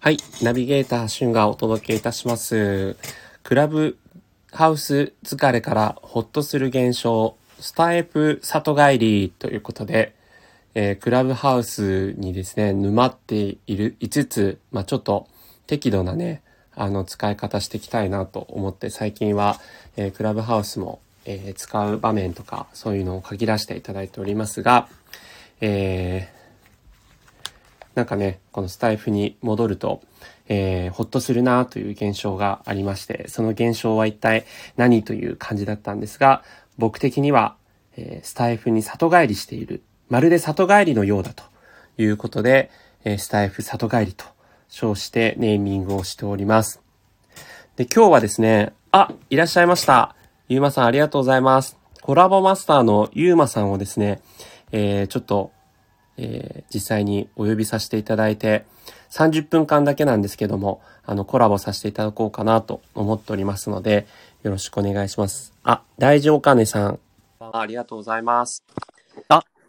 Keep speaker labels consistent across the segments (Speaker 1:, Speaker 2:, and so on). Speaker 1: はい。ナビゲーター、シュンがお届けいたします。クラブハウス疲れからほっとする現象、スタイプ里帰りということで、えークラブハウスにですね、沼っている、いつつ、まあ、ちょっと適度なね、あの、使い方していきたいなと思って、最近は、えークラブハウスも、えー使う場面とか、そういうのを限らせていただいておりますが、えーなんかね、このスタイフに戻ると、えー、ほっとするなという現象がありまして、その現象は一体何という感じだったんですが、僕的には、えースタイフに里帰りしている、まるで里帰りのようだということで、えースタイフ里帰りと称してネーミングをしております。で、今日はですね、あ、いらっしゃいました。ゆうまさんありがとうございます。コラボマスターのゆうまさんをですね、えーちょっとえー実際にお呼びさせていただいて、30分間だけなんですけども、あの、コラボさせていただこうかなと思っておりますので、よろしくお願いします。あ、大丈夫かねさん。ありがとうございます。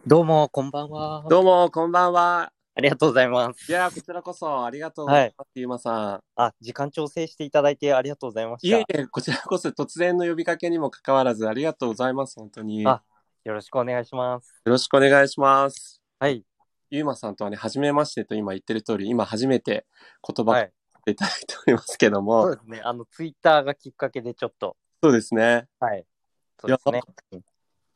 Speaker 2: どうも、こんばんは。
Speaker 1: どうも、こんばんは。
Speaker 2: ありがとうございます。
Speaker 1: いやー、こちらこそありがとうございます、ゆうまさん。
Speaker 2: あ、時間調整していただいてありがとうございまし
Speaker 1: い
Speaker 2: た。
Speaker 1: えいえ、こちらこそ突然の呼びかけにもかかわらずありがとうございます、本当に。よ
Speaker 2: あよろしくお願いします。
Speaker 1: ろしくお願いします。
Speaker 2: はい。
Speaker 1: ゆうまさんとはね、初めましてと今言ってる通り、今初めて言葉を
Speaker 2: は
Speaker 1: か
Speaker 2: い。
Speaker 1: けていただいておりますけども、
Speaker 2: そうですね。あの、ツイッターがきっかけでちょっと。
Speaker 1: そうですね。
Speaker 2: はい。そうですね。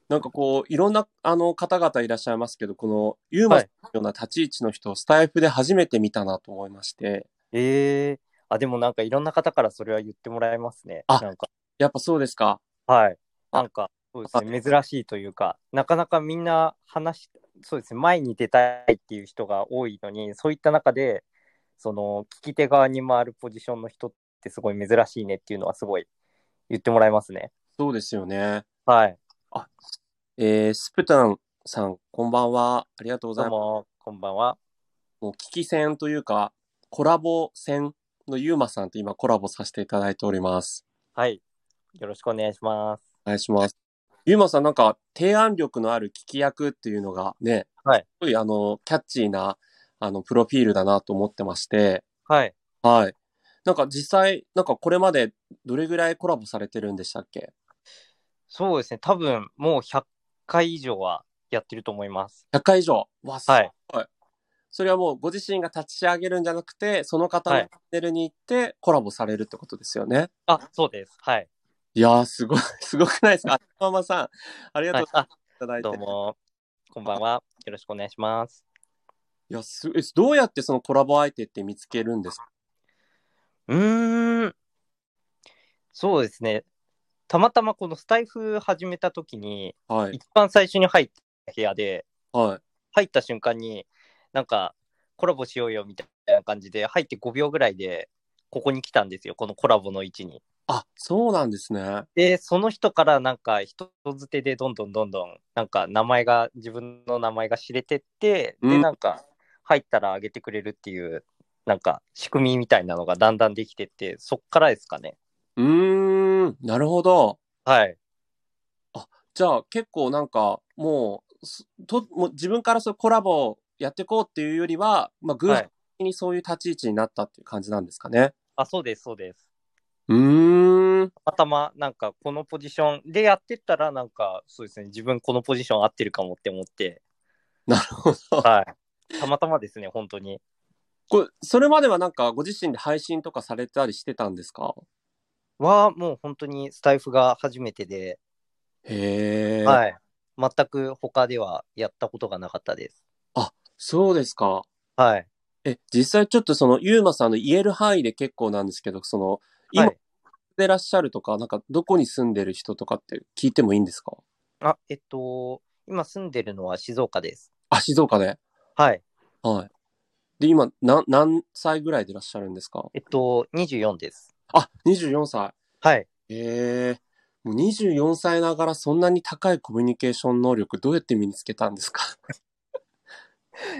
Speaker 1: なんかこう、いろんなあの方々いらっしゃいますけど、このユーマさんのような立ち位置の人をスタイフで初めて見たなと思いまして、
Speaker 2: ええあ、でもなんかいろんな方からそれは言ってもらえますね。
Speaker 1: あ
Speaker 2: なんか、
Speaker 1: やっぱそうですか。
Speaker 2: はい。なんか、そうですね。珍しいというか、なかなかみんな話し、そうですね。前に出たいっていう人が多いのに、そういった中で、その、聞き手側に回るポジションの人ってすごい珍しいねっていうのはすごい言ってもらえますね。
Speaker 1: そうですよね。
Speaker 2: はい。
Speaker 1: えー、スプタンさん、こんばんは。ありがとうご
Speaker 2: ど
Speaker 1: ざい
Speaker 2: う
Speaker 1: ます。
Speaker 2: も、こんばんは。
Speaker 1: もう危機戦というか、コラボ戦のユーマさんと今コラボさせていただいております。
Speaker 2: はい。よろしくお願いします。
Speaker 1: お願いします。ユーマさん、なんか提案力のある聞き役っていうのがね、
Speaker 2: はい、
Speaker 1: すごいあの、キャッチーな、あの、プロフィールだなと思ってまして、
Speaker 2: はい。
Speaker 1: はい。なんか実際、なんかこれまでどれぐらいコラボされてるんでしたっけ
Speaker 2: そうですね。多分、もう100回以上はやってると思います。
Speaker 1: ?100 回以上。わ、すご
Speaker 2: はい。
Speaker 1: それはもうご自身が立ち上げるんじゃなくて、その方の
Speaker 2: は
Speaker 1: チャ
Speaker 2: い
Speaker 1: ンネルに行ってコラボされるってことですよね。
Speaker 2: あ、そうです。はい。
Speaker 1: い、やー、すごい、すごくないですかあママさん、ありが
Speaker 2: は
Speaker 1: と
Speaker 2: いう
Speaker 1: い
Speaker 2: あ、
Speaker 1: ただいて。
Speaker 2: どうも、こんばんは。よろしくお願いします。
Speaker 1: いや、すえどうやってそのコラボ相手って見つけるんですか
Speaker 2: うーん。そうですね。たまたまこのスタイフ始めた時に、
Speaker 1: はい。
Speaker 2: 一番最初に入った部屋で、
Speaker 1: はい。
Speaker 2: 入った瞬間に、なんか、コラボしようよみたいな感じで、入って5秒ぐらいで、ここに来たんですよ。このコラボの位置に。
Speaker 1: あ、そうなんですね。
Speaker 2: で、その人からなんか人づてでどんどんどんどん、なんか名前が、自分の名前が知れてって、
Speaker 1: う
Speaker 2: で、
Speaker 1: ん
Speaker 2: なんか入ったらあげてくれるっていう、なんか仕組みみたいなのがだんだんできてって、そっからですかね。
Speaker 1: うーん、なるほど。
Speaker 2: はい。
Speaker 1: じゃあ結構なんかもうすともう自分からそうコラボをやっていこうっていうよりは、まあ、偶
Speaker 2: はい
Speaker 1: 然的にそういう立ち位置になったっていう感じなんですかね。
Speaker 2: あ、そうです、そうです。
Speaker 1: うーん
Speaker 2: たまたま、なんかこのポジションでやってったら、なんかそうですね、自分このポジション合ってるかもって思って、
Speaker 1: なるほど。
Speaker 2: はい。たまたまですね、本当に。
Speaker 1: これそれまではなんかご自身で配信とかされたりしてたんですか
Speaker 2: は、もう本当にスタイフが初めてで、
Speaker 1: へえ、
Speaker 2: はい。全く他ではやったことがなかったです。
Speaker 1: そうですか。
Speaker 2: はい。
Speaker 1: え実際ちょっとそのゆうまさんの言える範囲で結構なんですけどその今
Speaker 2: はい、
Speaker 1: でらっしゃるとか、なんかどこに住んでる人とかって聞いてもいいんですか
Speaker 2: あ、えっと、今住んでるのは静岡です。
Speaker 1: あ静岡で、
Speaker 2: はい。
Speaker 1: はい。で、今、な、何歳ぐらいでいらっしゃるんですか
Speaker 2: えっと、24です。
Speaker 1: あ、24歳。
Speaker 2: はい。
Speaker 1: へえ。もう24歳ながらそんなに高いコミュニケーション能力どうやって身につけたんですか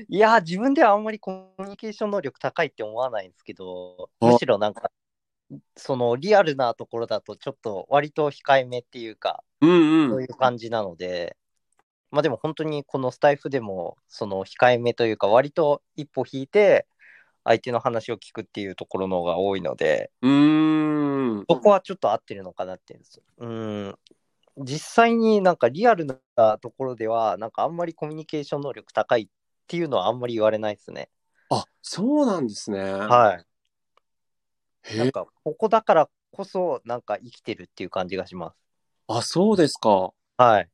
Speaker 2: いやー、自分ではあんまりコミュニケーション能力高いって思わないんですけど、
Speaker 1: あ
Speaker 2: むしろなんか、そのリアルなところだとちょっと割と控えめっていうか、
Speaker 1: うん。
Speaker 2: そううんいう感じなので、まあでも本当にこのスタイフでも、その控えめというか、割と一歩引いて、相手の話を聞くっていうところの方が多いので、
Speaker 1: うーん。
Speaker 2: そこはちょっと合ってるのかなっていうんです。うん。実際になんかリアルなところでは、なんかあんまりコミュニケーション能力高いっていうのはあんまり言われないですね。
Speaker 1: あ、そうなんですね。
Speaker 2: はい。
Speaker 1: へ
Speaker 2: なん
Speaker 1: え
Speaker 2: か、ここだからこそ、なんか生きてるっていう感じがします。
Speaker 1: あ、そうですか。
Speaker 2: はい。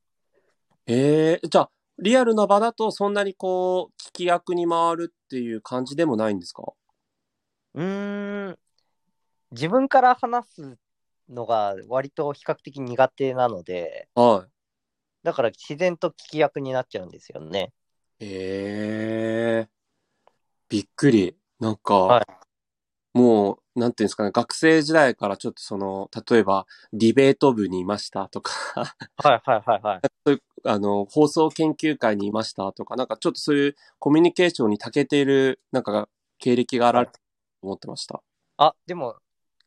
Speaker 1: ええじゃあ、リアルな場だとそんなにこう、聞き役に回るっていう感じでもないんですか
Speaker 2: うーん。自分から話すのが割と比較的苦手なので、
Speaker 1: は
Speaker 2: だから自然と聞き役になっちゃうんですよね。
Speaker 1: い。ええびっくり。なんか、
Speaker 2: はい
Speaker 1: もう、なんていうんですかね、学生時代からちょっとその、例えば、ディベート部にいましたとか、
Speaker 2: はいはいはいはい。
Speaker 1: あの、放送研究会にいましたとか、なんかちょっとそういうコミュニケーションに長けている、なんか経歴があられると思ってました。
Speaker 2: あ、でも、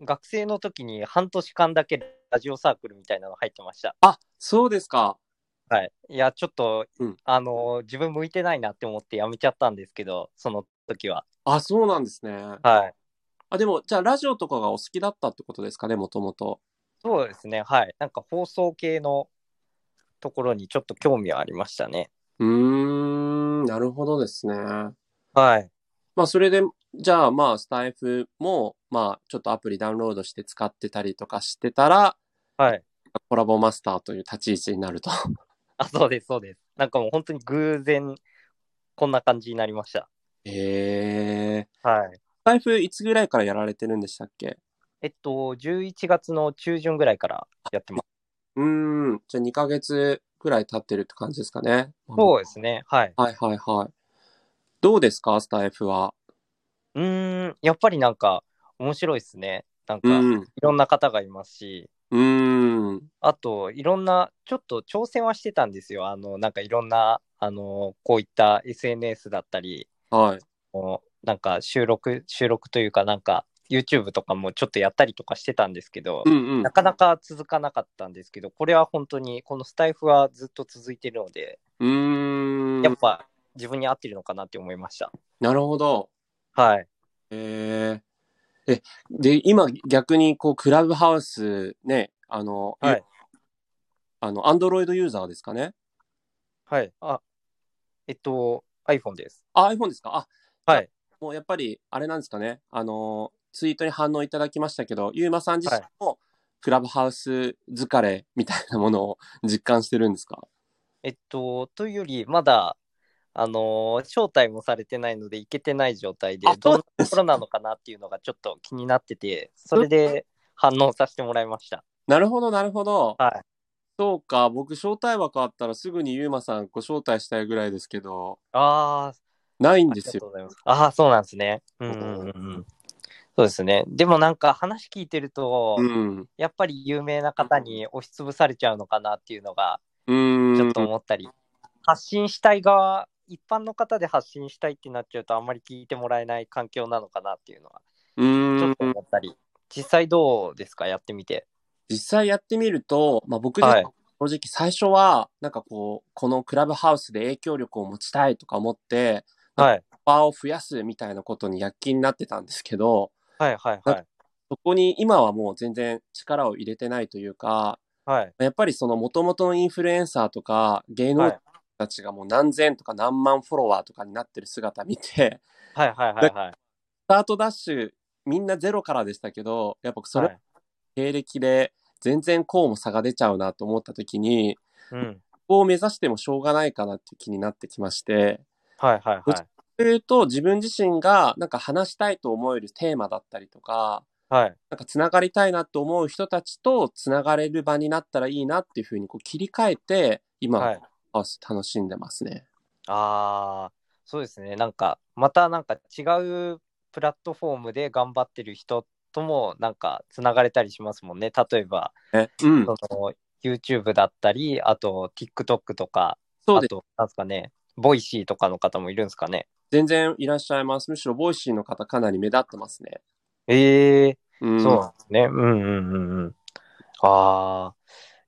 Speaker 2: 学生の時に半年間だけラジオサークルみたいなの入ってました。
Speaker 1: あ、そうですか。
Speaker 2: はい。いや、ちょっと、
Speaker 1: うん
Speaker 2: あのー、自分向いてないなって思ってやめちゃったんですけど、その時は。
Speaker 1: あ、そうなんですね。
Speaker 2: はい。
Speaker 1: あ、でも、じゃあラジオとかがお好きだったってことですかね、もともと。
Speaker 2: そうですね。はい。なんか放送系のところにちょっと興味はありましたね。
Speaker 1: うーん、なるほどですね。ま
Speaker 2: はい。
Speaker 1: あ、それで、じゃあまあ、スタイフも、まあ、ちょっとアプリダウンロードして使ってたりとかしてたら、
Speaker 2: はい。
Speaker 1: コラボマスターという立ち位置にな ると。
Speaker 2: あ、そうです、そうです。なんかもう本当に偶然、こんな感じになりました。
Speaker 1: へえ。
Speaker 2: はい。
Speaker 1: スタイフいつぐらいからやられてるんでしたっけ
Speaker 2: えっと、11月の中旬ぐらいからやってます。
Speaker 1: うーん、じゃあ2ヶ月くらい経ってるって感じですかね。
Speaker 2: そうですね。はい。
Speaker 1: はいはいはい。どうですか、スタイフは。
Speaker 2: うーん、やっぱりなんか面白いですね。なんか
Speaker 1: うん
Speaker 2: いろんな方がいますし、
Speaker 1: うーん。
Speaker 2: あといろんな、ちょっと挑戦はしてたんですよ。あの、なんかいろんな、あの、こういった SNS だったり、
Speaker 1: はい。
Speaker 2: こうなんか収録、収録というかなんか YouTube とかもちょっとやったりとかしてたんですけど
Speaker 1: う、んうん
Speaker 2: な。かなか続かなかったんですけど、これは本当にこのスタイフはずっと続いてるので、
Speaker 1: う
Speaker 2: や
Speaker 1: ー
Speaker 2: っ
Speaker 1: ん。
Speaker 2: ぱ自分に合ってるのかなって思いました。
Speaker 1: なるほど。
Speaker 2: はい。
Speaker 1: えー、え、で、今逆にこう、クラブハウスね、あの、
Speaker 2: はい
Speaker 1: ゆあの、アンドロイドユーザーですかね。
Speaker 2: はい。あ、えっと、iPhone です。
Speaker 1: あ、iPhone ですかあ、
Speaker 2: はい。
Speaker 1: もうやっぱり、あれなんですかね、あのーツイートに反応いただきましたけど、ゆうまさん自身も、クラブハウス疲れみたいなものを 実感してるんですか
Speaker 2: えっと、というより、まだ、あのー招待もされてないので、行けてない状態で
Speaker 1: あ、
Speaker 2: どんなところなのかなっていうのがちょっと気になってて、それで反応させてもらいました。
Speaker 1: なるほど、なるほど。
Speaker 2: はい。
Speaker 1: そうか、僕、招待枠あったらすぐにゆうまさんご招待したいぐらいですけど、
Speaker 2: ああ、
Speaker 1: ないん
Speaker 2: あ
Speaker 1: で
Speaker 2: りが
Speaker 1: す
Speaker 2: と
Speaker 1: よ。
Speaker 2: うございます。ああ、そうなんですね。うんうんうんうん。そうですね。でもなんか話聞いてると、
Speaker 1: うん。
Speaker 2: やっぱり有名な方に押しつぶされちゃうのかなっていうのが、
Speaker 1: うーん。
Speaker 2: ちょっと思ったり、発信したい側、一般の方で発信したいってなっちゃうと、あんまり聞いてもらえない環境なのかなっていうのは。
Speaker 1: う
Speaker 2: ちょ
Speaker 1: ー
Speaker 2: っ
Speaker 1: ん
Speaker 2: と。思ったり、実際どうですか、やってみて。
Speaker 1: 実際やってみると、まあ、僕
Speaker 2: はい
Speaker 1: で正直最初は、なんかこう、このクラブハウスで影響力を持ちたいとか思って、
Speaker 2: はい、
Speaker 1: パワーを増やすみたいなことに躍起になってたんですけど、
Speaker 2: はい、はい、はい、
Speaker 1: そこに今はもう全然力を入れてないというか、
Speaker 2: はい、
Speaker 1: やっぱりその元々のインフルエンサーとか芸能
Speaker 2: はい、
Speaker 1: 人たちがもう何千とか何万フォロワーとかになってる姿見て、
Speaker 2: はい、はい、はい、はい、
Speaker 1: スタートダッシュみんなゼロからでしたけど、やっぱそ
Speaker 2: は
Speaker 1: れ
Speaker 2: い、
Speaker 1: 経歴で全然こうも差が出ちゃうなと思った時に、
Speaker 2: うん、
Speaker 1: ここを目指してもしょうがないかなっていう気になってきまして、
Speaker 2: はい、はい、はい、
Speaker 1: というと自分自身がなんか話したいと思えるテーマだったりとか、
Speaker 2: はい、
Speaker 1: なんかつながりたいなと思う人たちとつながれる場になったらいいなっていうふうにこう切り替えて、今、
Speaker 2: はい。
Speaker 1: ハウス楽しんでますね。
Speaker 2: ああ、そうですね、なんか、またなんか違うプラットフォームで頑張ってる人とも、なんか、つながれたりしますもんね。例えば、
Speaker 1: えうん、
Speaker 2: その YouTube だったり、あと TikTok とか、
Speaker 1: そう
Speaker 2: あ
Speaker 1: です。
Speaker 2: と、なんですかね、ボイシーとかの方もいるんですかね。
Speaker 1: 全然いらっしゃいます。むしろ、ボイシーの方かなり目立ってますね。
Speaker 2: ええー。
Speaker 1: うん、
Speaker 2: そうなんですね。うんうんうんうん。ああ、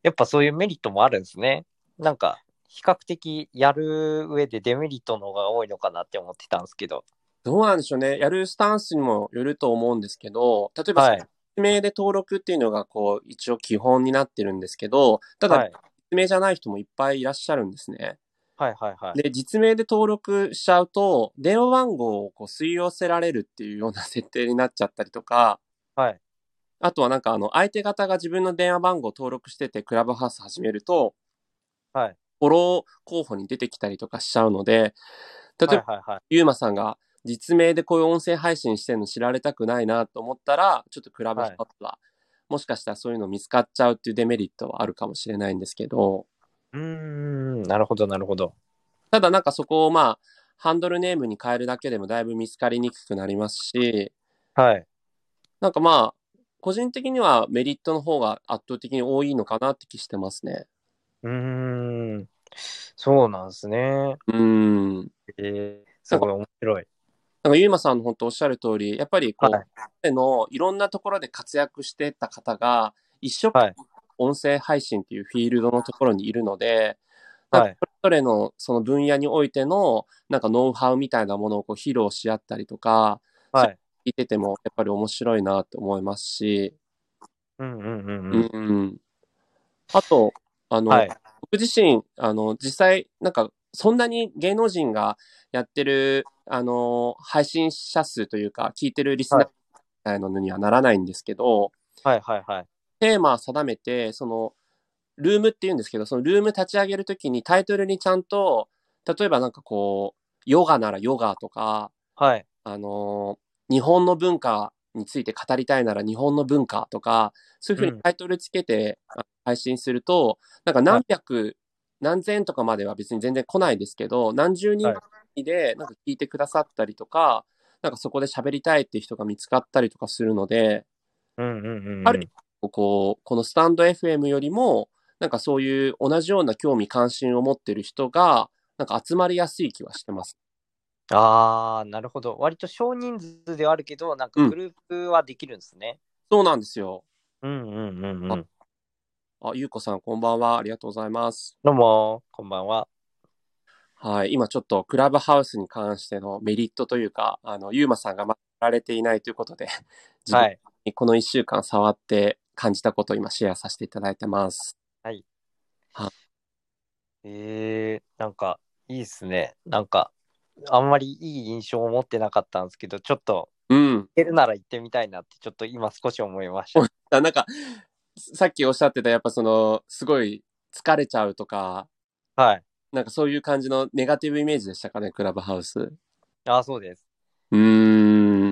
Speaker 2: やっぱそういうメリットもあるんですね。なんか、比較的やる上でデメリットの方が多いのかなって思ってたんですけど。
Speaker 1: どうなんでしょうね。やるスタンスにもよると思うんですけど、例えば、
Speaker 2: はい
Speaker 1: 説明で登録っていうのが、こう、一応基本になってるんですけど、ただ、
Speaker 2: はい
Speaker 1: 実名じゃない人もいっぱいいらっしゃるんですね。
Speaker 2: はいはいはい。
Speaker 1: で、実名で登録しちゃうと、電話番号をこう吸い寄せられるっていうような設定になっちゃったりとか、
Speaker 2: はい。
Speaker 1: あとはなんかあの、相手方が自分の電話番号を登録してて、クラブハウス始めると、
Speaker 2: はい。
Speaker 1: フォロー候補に出てきたりとかしちゃうので、例えば
Speaker 2: はい、はいはい。
Speaker 1: ゆうまさんが実名でこういう音声配信してるの知られたくないなと思ったら、ちょっとクラブハウスは、もしかしたらそういうの見つかっちゃうっていうデメリットはあるかもしれないんですけど、
Speaker 2: うーん、なるほどなるほど。
Speaker 1: ただなんかそこをまあ、ハンドルネームに変えるだけでもだいぶ見つかりにくくなりますし、
Speaker 2: はい。
Speaker 1: なんかまあ、個人的にはメリットの方が圧倒的に多いのかなって気してますね。
Speaker 2: うーん、そうなんですね。
Speaker 1: うん。
Speaker 2: えー、すごい面白い。
Speaker 1: なんかゆうまさんの本当おっしゃる通り、やっぱりこう、
Speaker 2: はい
Speaker 1: 彼のいろんなところで活躍してた方が、一緒
Speaker 2: はい
Speaker 1: 音声配信っていうフィールドのところにいるので、なん
Speaker 2: は
Speaker 1: か
Speaker 2: い
Speaker 1: そ。れぞれのその分野においての、なんかノウハウみたいなものをこう披露し合ったりとか、
Speaker 2: はい。
Speaker 1: 聞いててもやっぱり面白いなと思いますし、
Speaker 2: うんうんうん
Speaker 1: う
Speaker 2: うん。
Speaker 1: ん、あと、あの、
Speaker 2: はい。
Speaker 1: 僕自身、あの、実際、なんか、そんなに芸能人がやってる、あの、配信者数というか、聞いてるリスナーみ
Speaker 2: は
Speaker 1: たいなのにはならないんですけど、
Speaker 2: はいはいはい。
Speaker 1: テーマ定めて、その、ルームっていうんですけど、そのルーム立ち上げるときにタイトルにちゃんと、例えばなんかこう、ヨガならヨガとか、
Speaker 2: はい。
Speaker 1: あのー日本の文化について語りたいなら日本の文化とか、そういうふう
Speaker 2: う
Speaker 1: に
Speaker 2: ん
Speaker 1: タイトルつけてあ配信すると、なんか何百、何千とかまでは別に全然来ないですけど、何十人
Speaker 2: はい
Speaker 1: 単位でなんか聞いてくださったりとか、なんかそこで喋りたいっていう人が見つかったりとかするので、
Speaker 2: うんうんうんうん。
Speaker 1: あるこう、このスタンド FM よりも、なんかそういう同じような興味関心を持ってる人が、なんか集まりやすい気はしてます。
Speaker 2: ああ、なるほど。割と少人数ではあるけど、なん
Speaker 1: う
Speaker 2: か
Speaker 1: ん
Speaker 2: グループはできるんですね。
Speaker 1: そうなんですよ。
Speaker 2: うんうんうんうん。
Speaker 1: あ、ゆうこさん、こんばんは。ありがとうございます。
Speaker 2: どうも、こんばんは。
Speaker 1: はい。今ちょっとクラブハウスに関してのメリットというか、あの、ゆうまさんがまだやられていないということで、 自
Speaker 2: は
Speaker 1: 分
Speaker 2: い。
Speaker 1: にこの1週間触って感じたことを今シェアさせていただいてます。
Speaker 2: えー、なんか、いいっすね。なんか、あんまりいい印象を持ってなかったんですけど、ちょっと、
Speaker 1: うん。
Speaker 2: 行けるなら行ってみたいなって、ちょっと今少し思いました。
Speaker 1: あなんか、さっきおっしゃってた、やっぱその、すごい疲れちゃうとか、
Speaker 2: はい。
Speaker 1: なんかそういう感じのネガティブイメージでしたかね、クラブハウス。う
Speaker 2: ああ、そうです。
Speaker 1: ーん。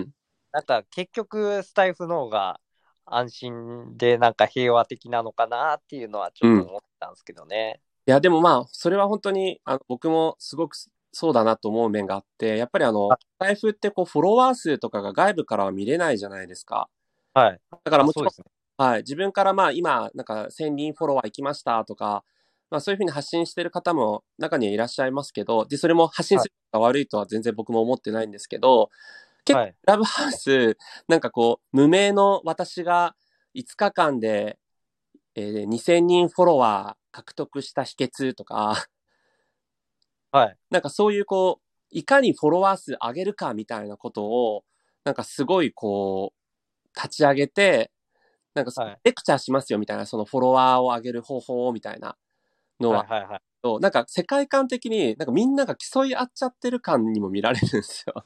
Speaker 2: なんか、結局、スタイフの方が安心で、なんか平和的なのかなっていうのは、ちょっと思ってたんですけどね。
Speaker 1: いや、でもまあ、それは本当に、あの、僕もすごくそうだなと思う面があって、やっぱりあの
Speaker 2: は、
Speaker 1: 財布ってこう、フォロワー数とかが外部からは見れないじゃないですか。
Speaker 2: はい。
Speaker 1: だからもち
Speaker 2: そう
Speaker 1: ろん
Speaker 2: で、すね。
Speaker 1: はい、自分からまあ、今、なんか、1000人フォロワー行きましたとか、まあ、そういうふうに発信してる方も中にはいらっしゃいますけど、で、それも発信するのが悪いとは全然僕も思ってないんですけど、結構
Speaker 2: はい。
Speaker 1: クラブハウス、なんかこう、無名の私が5日間で、えー2000人フォロワー獲得した秘訣とか、
Speaker 2: はい。
Speaker 1: なんかそういうこう、いかにフォロワー数上げるかみたいなことを、なんかすごいこう、立ち上げて、なんかそ
Speaker 2: はい
Speaker 1: レクチャーしますよみたいな、そのフォロワーを上げる方法をみたいなの
Speaker 2: は
Speaker 1: は、
Speaker 2: いはいはい。
Speaker 1: なんか世界観的に、なんかみんなが競い合っちゃってる感にも見られるんですよ。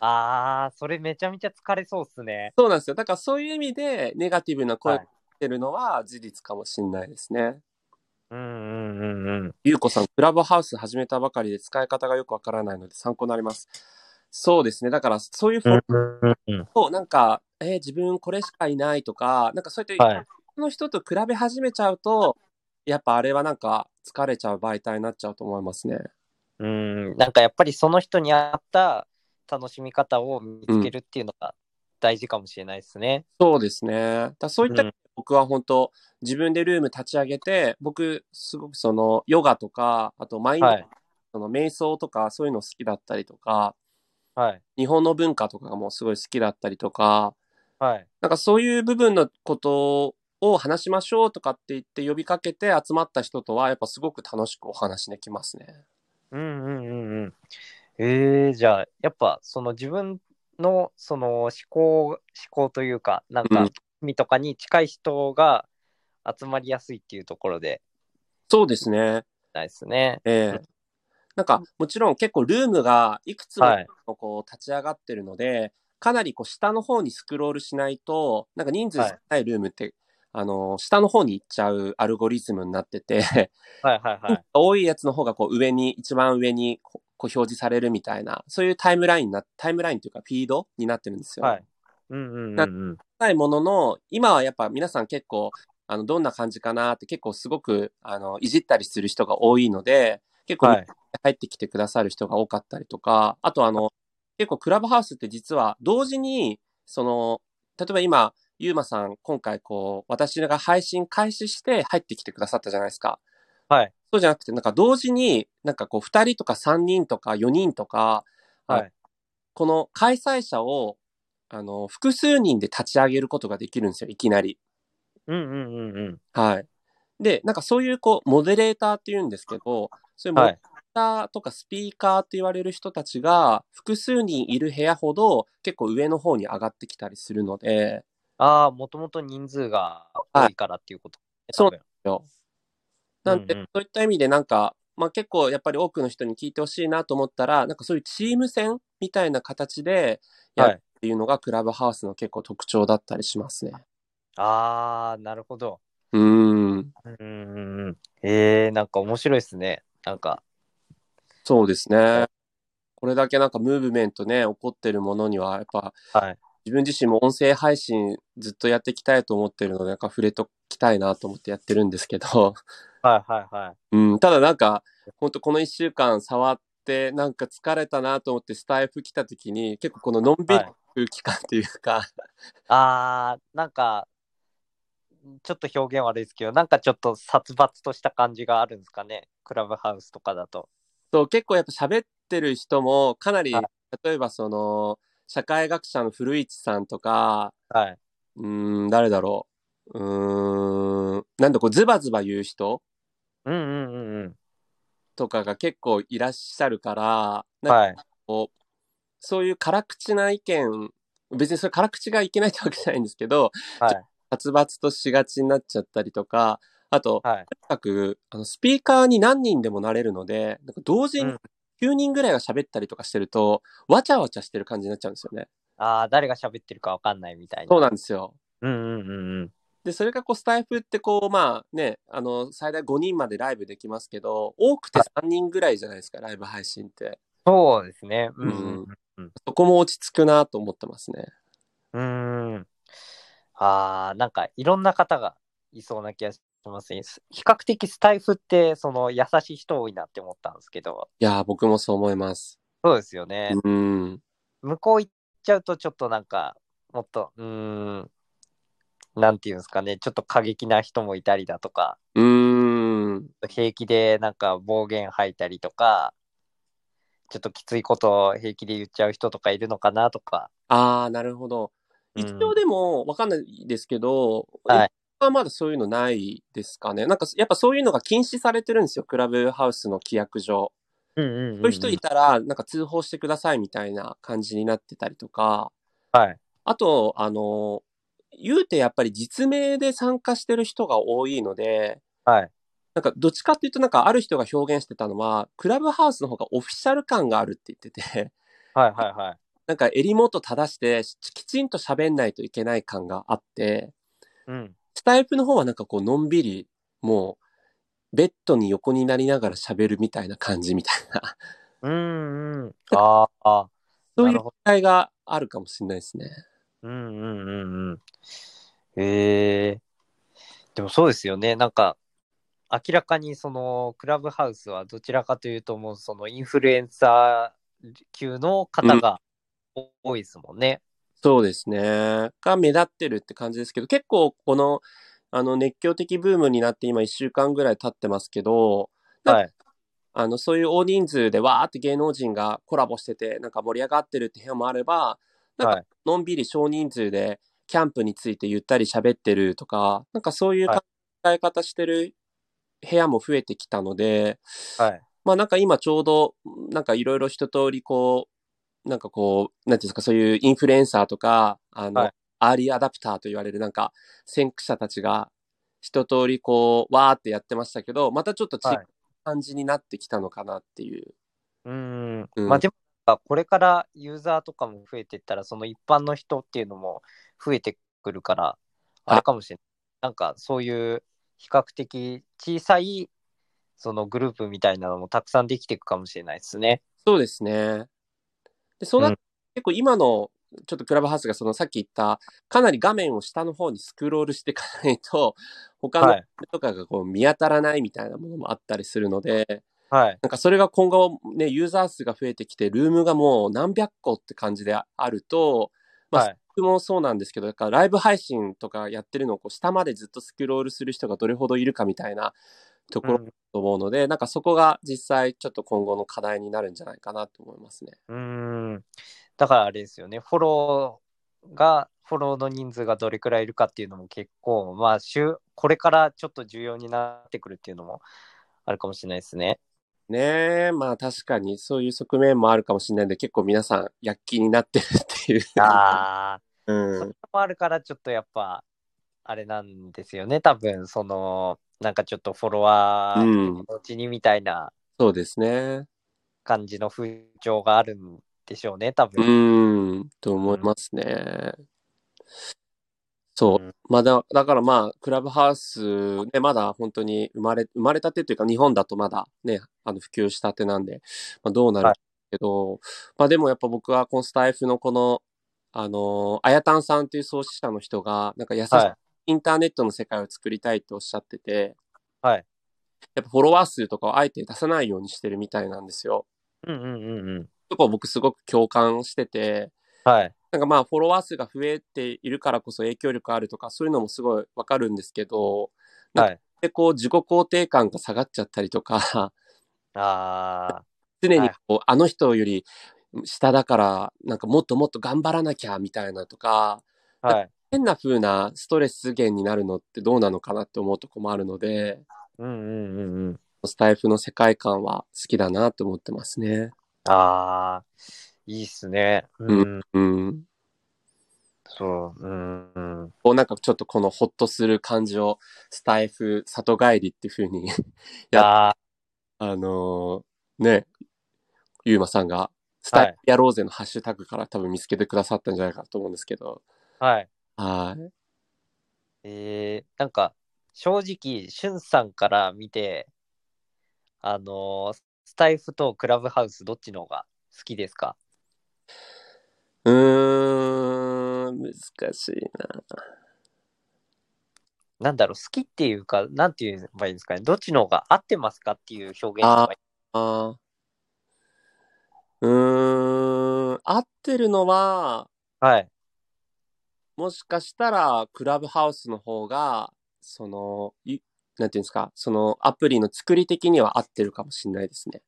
Speaker 2: ああ、それめちゃめちゃ疲れそうっすね。
Speaker 1: そうなんですよ。だからそういう意味で、ネガティブな声が
Speaker 2: はい
Speaker 1: 出てるのは事実かもしれないですね。
Speaker 2: うんうんうんうん。
Speaker 1: ゆうこさん、クラブハウス始めたばかりで使い方がよくわからないので参考になります。そうですね。だからそういうフォロ
Speaker 2: うんうん
Speaker 1: ーをなんか、えー自分これしかいないとか、なんかそうやって、
Speaker 2: はい。
Speaker 1: 他の人と比べ始めちゃうと、やっぱあれはなんか疲れちゃう媒体になっちゃうと思いますね。
Speaker 2: うん。なんかやっぱりその人に合った楽しみ方を見つけるっていうのが大事かもしれないですね。
Speaker 1: そうですね。だからそういった、
Speaker 2: うん
Speaker 1: 僕は本当自分でルーム立ち上げて、僕、すごくその、ヨガとか、あとマインド
Speaker 2: はい。
Speaker 1: その瞑想とかそういうの好きだったりとか、
Speaker 2: はい。
Speaker 1: 日本の文化とかがもうすごい好きだったりとか、
Speaker 2: はい。
Speaker 1: なんかそういう部分のことを話しましょうとかって言って呼びかけて集まった人とはやっぱすごく楽しくお話できますね。
Speaker 2: うんうんうんうん。えー、じゃあ、やっぱその自分のその思考、思考というか、なん
Speaker 1: う
Speaker 2: か
Speaker 1: ん、
Speaker 2: みとかに近い人が集まりやすいっていうところで、
Speaker 1: そうですね。
Speaker 2: ないですね。
Speaker 1: ええ
Speaker 2: うん
Speaker 1: なんか、もちろん結構ルームがいくつも
Speaker 2: はい。
Speaker 1: こう立ち上がってるので、かなりこう下の方にスクロールしないと、なんか人数
Speaker 2: はい
Speaker 1: 少ないルームって、あの、下の方に行っちゃうアルゴリズムになってて、
Speaker 2: はいはいはい。
Speaker 1: 多いやつの方がこう上に、一番上にこうこう表示されるみたいな、そういうタイムラインな、タイムラインというかフィードになってるんですよ。
Speaker 2: はい。うんうんうん
Speaker 1: な
Speaker 2: うん。
Speaker 1: ないものの、今はやっぱ皆さん結構、あの、どんな感じかなって結構すごく、あの、いじったりする人が多いので、結構
Speaker 2: はい。
Speaker 1: 入ってきてくださる人が多かったりとか、あとあの、結構クラブハウスって実は同時に、その、例えば今、ゆうまさん、今回こう、私が配信開始して入ってきてくださったじゃないですか。
Speaker 2: はい。
Speaker 1: そうじゃなくて、なんか同時に、なんかこう、2人とか3人とか4人とか、あ
Speaker 2: はい。
Speaker 1: この開催者を、あの、複数人で立ち上げることができるんですよ、いきなり。
Speaker 2: うんうんうんうん。
Speaker 1: はい。で、なんかそういう、こう、モデレーターって言うんですけど、そういうモ
Speaker 2: は
Speaker 1: デレ
Speaker 2: い
Speaker 1: ー。ターとかスピーカーって言われる人たちが、複数人いる部屋ほど、結構上の方に上がってきたりするので、
Speaker 2: ああ、もともと人数が多いからっていうこと。
Speaker 1: そう
Speaker 2: 多分
Speaker 1: よなんで、
Speaker 2: うんうん
Speaker 1: そういった意味で、なんか、まあ結構やっぱり多くの人に聞いてほしいなと思ったら、なんかそういうチーム戦みたいな形でや
Speaker 2: は
Speaker 1: る
Speaker 2: い
Speaker 1: っ。ていうのが、クラブハウスの結構特徴だったりしますね。
Speaker 2: ああ、なるほど。
Speaker 1: うーん。
Speaker 2: うんうんうん。ええー、なんか面白いですね。なんか、
Speaker 1: そうですね。これだけなんかムーブメントね、起こってるものには、やっぱ
Speaker 2: はい。
Speaker 1: 自分自身も音声配信ずっとやっていきたいと思ってるので、なんか触れときたいなと思ってやってるんですけど、
Speaker 2: はいはいはい。
Speaker 1: うん、ただなんか、ほんとこの一週間触って、なんか疲れたなと思ってスタイフ来た時に、結構こののんびり
Speaker 2: はい
Speaker 1: 空気感というか、
Speaker 2: ああ、なんか、ちょっと表現悪いですけど、なんかちょっと殺伐とした感じがあるんですかね。クラブハウスとかだと。
Speaker 1: そう、結構やっぱ喋ってる人も、かなり
Speaker 2: はい、
Speaker 1: 例えばその、社会学者の古市さんとか、
Speaker 2: はい。
Speaker 1: うーん、誰だろう。うーん、なんだこう、ズバズバ言う人
Speaker 2: うんうんうん
Speaker 1: とかが結構いらっしゃるから、
Speaker 2: うん。
Speaker 1: なんか
Speaker 2: はい。
Speaker 1: こう、そういう辛口な意見、別にそれ辛口がいけないってわけじゃないんですけど、
Speaker 2: はい。
Speaker 1: 殺伐としがちになっちゃったりとか、あと、
Speaker 2: はい。
Speaker 1: とにかく、あの、スピーカーに何人でもなれるので、なんか同時に
Speaker 2: うん
Speaker 1: 9人ぐらいが喋ったりとかしてると、わちゃわちゃしてる感じになっちゃうんですよね。
Speaker 2: ああ、誰が喋ってるかわかんないみたいな。
Speaker 1: そうなんですよ。
Speaker 2: うんうんうんうん。
Speaker 1: で、それがこう、スタイフってこう、まあね、あの、最大5人までライブできますけど、多くて3人ぐらいじゃないですか、ライブ配信って。
Speaker 2: そうですね。うん
Speaker 1: うんそこも落ち着くなと思ってますね。
Speaker 2: うんうん。うーん。ああ、なんかいろんな方がいそうな気がしますね。比較的スタイフって、その優しい人多いなって思ったんですけど、
Speaker 1: いやー、僕もそう思います。
Speaker 2: そうですよね。
Speaker 1: うん。
Speaker 2: 向こう行っちゃうとちょっとなんかもっとうーんなんていうんですかねちょっと過激な人もいたりだとか
Speaker 1: うん。
Speaker 2: 平気でなんか暴言吐いたりとかちょっときついことを平気で言っちゃう人とかいるのかなとか、
Speaker 1: ああ、なるほど。
Speaker 2: うん
Speaker 1: 一応でも、わかんないですけど、
Speaker 2: はい
Speaker 1: はまだそういうのないですかね。なんか、やっぱそういうのが禁止されてるんですよ。クラブハウスの規約上。
Speaker 2: うんうん
Speaker 1: そういう人いたら、なんか通報してくださいみたいな感じになってたりとか。
Speaker 2: はい
Speaker 1: あと、あの、言うてやっぱり実名で参加してる人が多いので、
Speaker 2: はい
Speaker 1: なんかどっちかっていうとなんかある人が表現してたのは、クラブハウスの方がオフィシャル感があるって言ってて、
Speaker 2: はいはいはい
Speaker 1: なんか襟元正してしきちんと喋んないといけない感があって、
Speaker 2: うん
Speaker 1: スタイプの方はなんかこうのんびり、もうベッドに横になりながら喋るみたいな感じみたい な、
Speaker 2: うん うんあーあ
Speaker 1: そう
Speaker 2: ないる
Speaker 1: う
Speaker 2: ほど
Speaker 1: 違いがあるかもしれないですね。
Speaker 2: うんうんうんうんへえでもそうですよね。なんか、明らかにそのクラブハウスはどちらかというと、もうそのインフルエンサー級の方が多いですもんね。
Speaker 1: そうですね。が目立ってるって感じですけど、結構この、あの熱狂的ブームになって今1週間ぐらい経ってますけど、うん
Speaker 2: はい。
Speaker 1: あの、そういう大人数でわーって芸能人がコラボしてて、なんか盛り上がってるって部屋もあれば、なん
Speaker 2: は
Speaker 1: か
Speaker 2: い。
Speaker 1: のんびり少人数でキャンプについてゆったり喋ってるとか、なんかそういう
Speaker 2: はい
Speaker 1: 考え方してる部屋も増えてきたので、
Speaker 2: はい。
Speaker 1: まあなんか今ちょうど、なんかいろいろ一通りこう、なんかこう、なんていうんですか、そういうインフルエンサーとか、あの、
Speaker 2: はい
Speaker 1: アーリーアダプターと言われるなんか先駆者たちが一通りこう、わーってやってましたけど、またちょっと違
Speaker 2: はいう
Speaker 1: 感じになってきたのかなっていう。
Speaker 2: うん
Speaker 1: うん
Speaker 2: まあでもなんかこれからユーザーとかも増えていったらその一般の人っていうのも増えてくるからあれかもしれないなんかそういう比較的小さいそのグループみたいなのもたくさんできていくかもしれないですね。
Speaker 1: そうですね。で、そうな
Speaker 2: うん
Speaker 1: 結構今の、ちょっとクラブハウスがそのさっき言った、かなり画面を下の方にスクロールしていかないと、 他の
Speaker 2: はい
Speaker 1: とかがこう見当たらないみたいなものもあったりするので、
Speaker 2: はい
Speaker 1: なんかそれが今後ね、ユーザー数が増えてきて、ルームがもう何百個って感じであると、まあ
Speaker 2: はい
Speaker 1: 僕もそうなんですけど、だからライブ配信とかやってるのをこう下までずっとスクロールする人がどれほどいるかみたいなところだと思うので、なんかそこが実際ちょっと今後の課題になるんじゃないかなと思いますね。
Speaker 2: うんうんだからあれですよねフォローがフォローの人数がどれくらいいるかっていうのも結構まあ週これからちょっと重要になってくるっていうのもあるかもしれないですね。
Speaker 1: ねえ、まあ確かにそういう側面もあるかもしれないんで、結構皆さん躍起になってるっていう。
Speaker 2: あー
Speaker 1: う
Speaker 2: それ
Speaker 1: ん。
Speaker 2: もあるからちょっとやっぱあれなんですよね多分そのなんかちょっとフォロワ
Speaker 1: う
Speaker 2: ー
Speaker 1: ん。
Speaker 2: のうちにみたいな
Speaker 1: そうですね。
Speaker 2: 感じの風潮があるんでしょうね多
Speaker 1: う
Speaker 2: 分、
Speaker 1: ん。と思いますね。そうう。
Speaker 2: ん
Speaker 1: まあだ、だからまあ、クラブハウス、ね、まだ本当に生まれ、生まれたてというか、日本だとまだね、あの、普及したてなんで、まあどうなる
Speaker 2: はい
Speaker 1: けど、まあでもやっぱ僕はこのスタイフのこの、あのあやたんさんという創始者の人が、なんか優しい
Speaker 2: はい
Speaker 1: インターネットの世界を作りたいとおっしゃってて、
Speaker 2: はい
Speaker 1: やっぱフォロワー数とかをあえて出さないようにしてるみたいなんですよ。
Speaker 2: うんうんうんうん
Speaker 1: そこ僕すごく共感してて、
Speaker 2: はい
Speaker 1: なんかまあフォロワー数が増えているからこそ影響力あるとかそういうのもすごいわかるんですけど、なんか
Speaker 2: はい
Speaker 1: でこう自己肯定感が下がっちゃったりとか、
Speaker 2: あ
Speaker 1: 常
Speaker 2: は
Speaker 1: に
Speaker 2: い
Speaker 1: こうあの人より下だからなんかもっともっと頑張らなきゃみたいなとか、
Speaker 2: ーはい
Speaker 1: 変な風なストレス源になるのってどうなのかなって思うとこもあるので、
Speaker 2: うんうんうんうん
Speaker 1: スタイフの世界観は好きだなと思ってますね。
Speaker 2: あーいいっすねうん、
Speaker 1: うん。
Speaker 2: そううんうん
Speaker 1: こうなんかちょっとこのホッとする感じをスタイフ里帰りっていう風にや
Speaker 2: あ
Speaker 1: あのーね、ゆうまさんが、スタイルやろうぜのハッシュタグから多分見つけてくださったんじゃないかと思うんですけど。
Speaker 2: ーはい
Speaker 1: はい。
Speaker 2: えー、なんか正直、しゅんさんから見て、あのースタイフとクラブハウスどっちの方が好きですか
Speaker 1: うーん、難しいな。
Speaker 2: なんだろう、好きっていうか、なんて言えばいいんですかね、どっちの方が合ってますかっていう表現
Speaker 1: あ
Speaker 2: とか、
Speaker 1: あーうーん、合ってるのは、
Speaker 2: はい、
Speaker 1: もしかしたら、クラブハウスの方が、その、いなんていうんですか、そのアプリの作り的には合ってるかもしれないですね。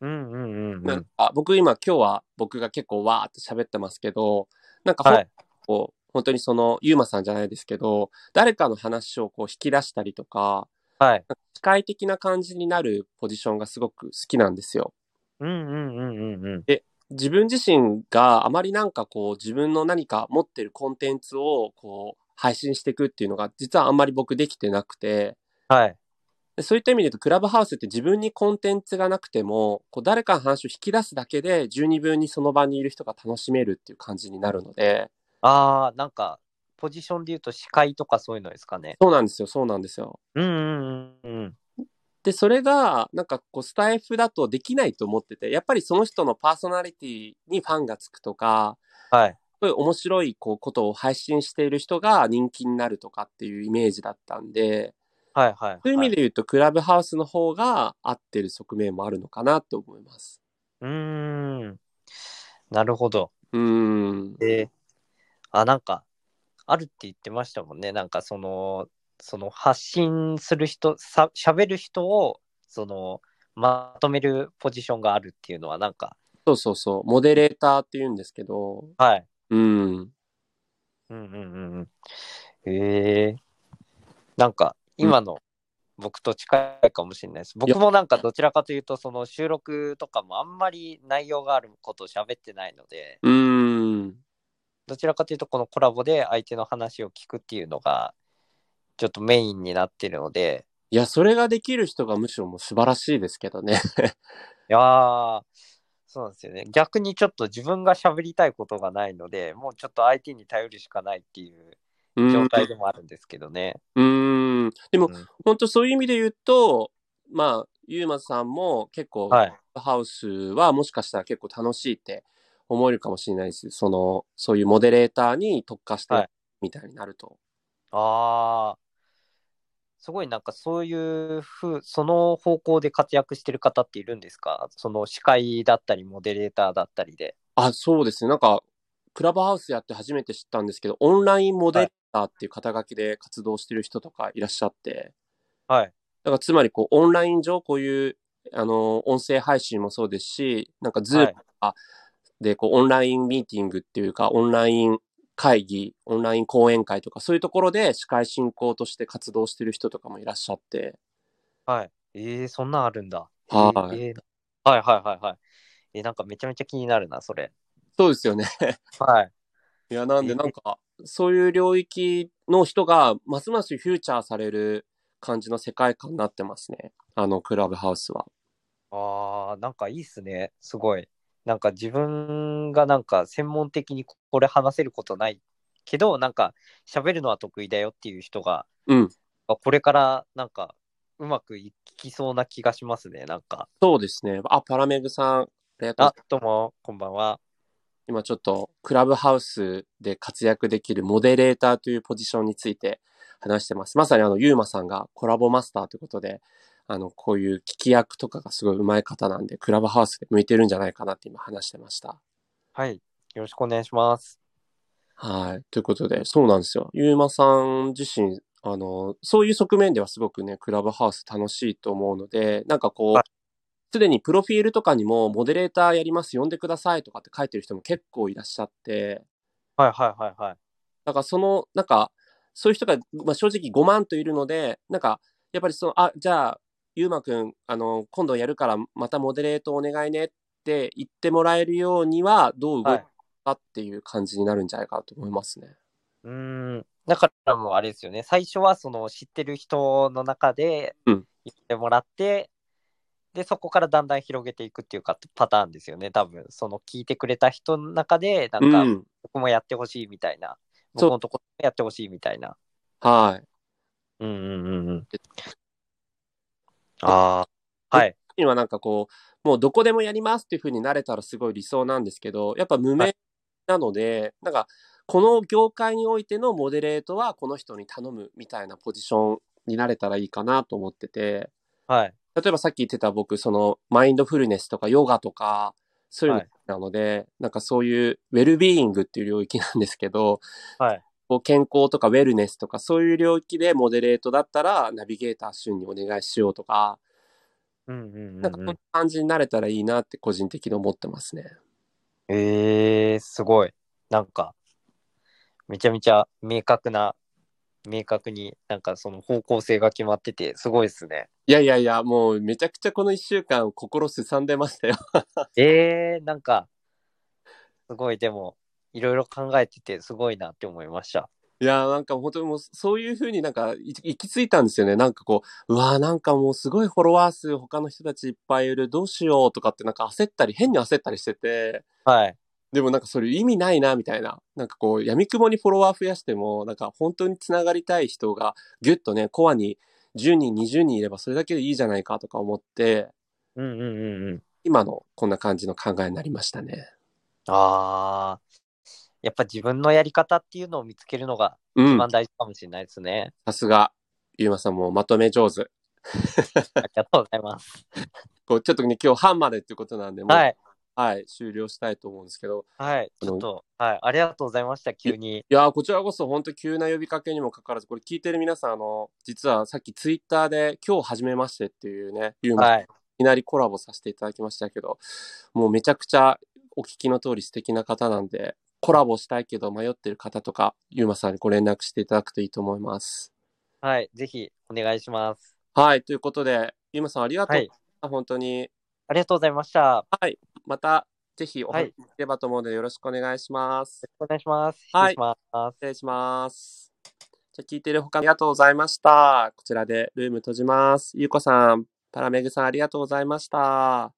Speaker 2: うんうんうんう
Speaker 1: なん
Speaker 2: ん、
Speaker 1: か僕今今日は僕が結構わーって喋ってますけど、なんかほん
Speaker 2: はい、
Speaker 1: こう本当にそのユーマさんじゃないですけど、誰かの話をこう引き出したりとか、
Speaker 2: はい、
Speaker 1: 機械的な感じになるポジションがすごく好きなんですよ。
Speaker 2: うんうんうんうんうん、
Speaker 1: 自分自身があまりなんかこう自分の何か持ってるコンテンツをこう配信していくっていうのが実はあんまり僕できてなくて、
Speaker 2: はい、
Speaker 1: でそういった意味で言うと、クラブハウスって自分にコンテンツがなくても、こう誰かの話を引き出すだけで、十二分にその場にいる人が楽しめるっていう感じになるので、
Speaker 2: あー、なんか、ポジションで言うと司会とかそういうのですかね。
Speaker 1: そうなんですよ、そうなんですよ。
Speaker 2: うんうんうんうん、
Speaker 1: で、それが、なんかこう、スタイフだとできないと思ってて、やっぱりその人のパーソナリティにファンがつくとか、
Speaker 2: はい、
Speaker 1: そういう面白いこうことを配信している人が人気になるとかっていうイメージだったんで、
Speaker 2: はい、はい、
Speaker 1: そういう意
Speaker 2: は
Speaker 1: 味
Speaker 2: い
Speaker 1: で。言うと、クラブハウスの方が合ってる側面もあるのかなって思います。
Speaker 2: うーん、なるほど。
Speaker 1: うーん。
Speaker 2: で、あ、なんか、あるって言ってましたもんね。なんか、その、その発信する人、さ、喋る人を、その、まとめるポジションがあるっていうのは、なんか、
Speaker 1: そうそうそう、モデレーターって言うんですけど、
Speaker 2: はい。
Speaker 1: うん。
Speaker 2: うんうんうんうん。へえなんか、今の僕と近いかもしれないです。僕もなんかどちらかというと、その収録とかもあんまり内容があることを喋ってないので、
Speaker 1: うーん。
Speaker 2: どちらかというとこのコラボで相手の話を聞くっていうのが、ちょっとメインになってるので、
Speaker 1: いや、それができる人がむしろもう素晴らしいですけ どね。
Speaker 2: いやー、そうなんですよね。逆にちょっと自分が喋りたいことがないので、もうちょっと相手に頼るしかないっていう
Speaker 1: うーん
Speaker 2: 状態でもあるんですけどね。
Speaker 1: うーん。でも、
Speaker 2: うん
Speaker 1: 本当そういう意味で言うと、まあ、ゆうまさんも結構、
Speaker 2: はい。
Speaker 1: ハウスはもしかしたら結構楽しいって思えるかもしれないです。その、そういうモデレーターに特化して
Speaker 2: はい
Speaker 1: みたいになると。
Speaker 2: ああ、すごいなんかそういうふう、その方向で活躍してる方っているんですかその司会だったり、モデレーターだったりで。
Speaker 1: あ、そうですね。なんか、クラブハウスやって初めて知ったんですけど、オンラインモデレーターっていう肩書きで活動してる人とかいらっしゃって、
Speaker 2: はい。
Speaker 1: だからつまりこう、オンライン上こういう、あの、音声配信もそうですし、なんかズー
Speaker 2: は
Speaker 1: ム
Speaker 2: い。
Speaker 1: で、こう、オンラインミーティングっていうか、オンライン会議、オンライン講演会とか、そういうところで司会進行として活動してる人とかもいらっしゃって、
Speaker 2: はい。えー、そんなんあるんだ。え
Speaker 1: はい
Speaker 2: ーえーはいはいはいはい。えーなんかめちゃめちゃ気になるな、それ。
Speaker 1: そうですよね。
Speaker 2: はい。
Speaker 1: いや、なんで
Speaker 2: え
Speaker 1: なんか、そういう領域の人が、ますますフューチャーされる感じの世界観になってますね。あの、クラブハウスは。
Speaker 2: ああ、なんかいいっすね。すごい。なんか自分がなんか専門的にこれ話せることないけど、なんか喋るのは得意だよっていう人が、
Speaker 1: うん。
Speaker 2: あこれからなんかうまくいきそうな気がしますね。なんか。
Speaker 1: そうですね。あ、パラメグさん、ありがとうございます
Speaker 2: あ、どうも、こんばんは。
Speaker 1: 今ちょっとクラブハウスで活躍できるモデレーターというポジションについて話してます。まさにあの、ゆうまさんがコラボマスターということで、あの、こういう聞き役とかがすごい上手い方なんで、クラブハウスで向いてるんじゃないかなって今話してました。
Speaker 2: はい。よろしくお願いします。
Speaker 1: はい。ということで、そうなんですよ。ゆうまさん自身、あの、そういう側面ではすごくね、クラブハウス楽しいと思うので、なんかこう
Speaker 2: はい、
Speaker 1: すでにプロフィールとかにも、モデレーターやります、呼んでくださいとかって書いてる人も結構いらっしゃって、
Speaker 2: はいはいはいはい。
Speaker 1: なんかその、なんか、そういう人が、まあ、正直5万といるので、なんか、やっぱりその、あ、じゃあ、ゆうまくん、あの、今度やるから、またモデレートお願いねって言ってもらえるようには、どう動
Speaker 2: はいい
Speaker 1: たかっていう感じになるんじゃないかなと思いますね。
Speaker 2: うーん、だからもうあれですよね、最初はその知ってる人の中で
Speaker 1: うん
Speaker 2: 行ってもらって、で、そこからだんだん広げていくっていうかパターンですよね、多分その聞いてくれた人の中で、な
Speaker 1: うん
Speaker 2: か、
Speaker 1: ん。
Speaker 2: 僕もやってほしいみたいな、
Speaker 1: そう
Speaker 2: 僕のとこもやってほしいみたいな。
Speaker 1: はい。
Speaker 2: うんうんうんうん。ああ、はい。
Speaker 1: 今なんかこう、もうどこでもやりますっていう風になれたらすごい理想なんですけど、やっぱ無名なので、なんか、この業界においてのモデレートはこの人に頼むみたいなポジションになれたらいいかなと思ってて、
Speaker 2: はい。
Speaker 1: 例えばさっき言ってた僕、そのマインドフルネスとかヨガとか、そういうのなので、なんかそういうウェルビーイングっていう領域なんですけど、
Speaker 2: はい
Speaker 1: こう健康とかウェルネスとかそういう領域でモデレートだったらナビゲーター旬にお願いしようとか、
Speaker 2: うんうん
Speaker 1: なんか
Speaker 2: うん
Speaker 1: こ
Speaker 2: うんん
Speaker 1: な。感じになれたらいいなって個人的に思ってますね。
Speaker 2: ええすごい。なんか、めちゃめちゃ明確な、明確になんかその方向性が決まってて、すごいですね。
Speaker 1: いやいやいや、もうめちゃくちゃこの一週間心すさんでましたよ。
Speaker 2: ええなんか、すごい、でも、いろいろ考えてて、すごいなって思いました。
Speaker 1: いやーなんか本当にもうそういう風になんかい行き着いたんですよね。なんかこう、うわーなんかもうすごいフォロワー数他の人たちいっぱいいる。どうしようとかってなんか焦ったり、変に焦ったりしてて。
Speaker 2: はい。
Speaker 1: でもなんかそれ意味ないなみたいな。なんかこう、闇雲にフォロワー増やしても、なんか本当につながりたい人がギュッとね、コアに10人、20人いればそれだけでいいじゃないかとか思って、
Speaker 2: うんうんうんうん。
Speaker 1: 今のこんな感じの考えになりましたね。
Speaker 2: ああ、やっぱ自分のやり方っていうのを見つけるのが
Speaker 1: う
Speaker 2: 一
Speaker 1: ん
Speaker 2: 番。大事かもしれないで すね。
Speaker 1: さすが、ゆうまさんもまとめ上手。
Speaker 2: ありがとうございます。
Speaker 1: こう、ちょっとね、今日半までっていうことなんで、もう
Speaker 2: はい。
Speaker 1: はい、終了したいと思うんですけど、
Speaker 2: はい。ちょっと、はい。ありがとうございました、急に。
Speaker 1: いやーこちらこそ本当急な呼びかけにもかかわらず、これ聞いてる皆さん、あの、実はさっきツイッターで今日初めましてっていうね、ユーマ、い、
Speaker 2: はい。
Speaker 1: きなりコラボさせていただきましたけど、もうめちゃくちゃお聞きの通り素敵な方なんで、コラボしたいけど迷ってる方とか、ユーマさんにご連絡していただくといいと思います。
Speaker 2: はい。ぜひ、お願いします。
Speaker 1: はい、ということで、ゆまさんありがとう。
Speaker 2: はい。
Speaker 1: 本当に。
Speaker 2: ありがとうございました。よ
Speaker 1: また、ぜひお話
Speaker 2: はい
Speaker 1: しできればと思うので、よろしくお願いします。
Speaker 2: ろしくお願いします。
Speaker 1: はい
Speaker 2: 失礼します。
Speaker 1: 失礼します。じゃあ聞いてる他ありがとうございました。こちらでルーム閉じます。ゆうこさん、パラメグさんありがとうございました。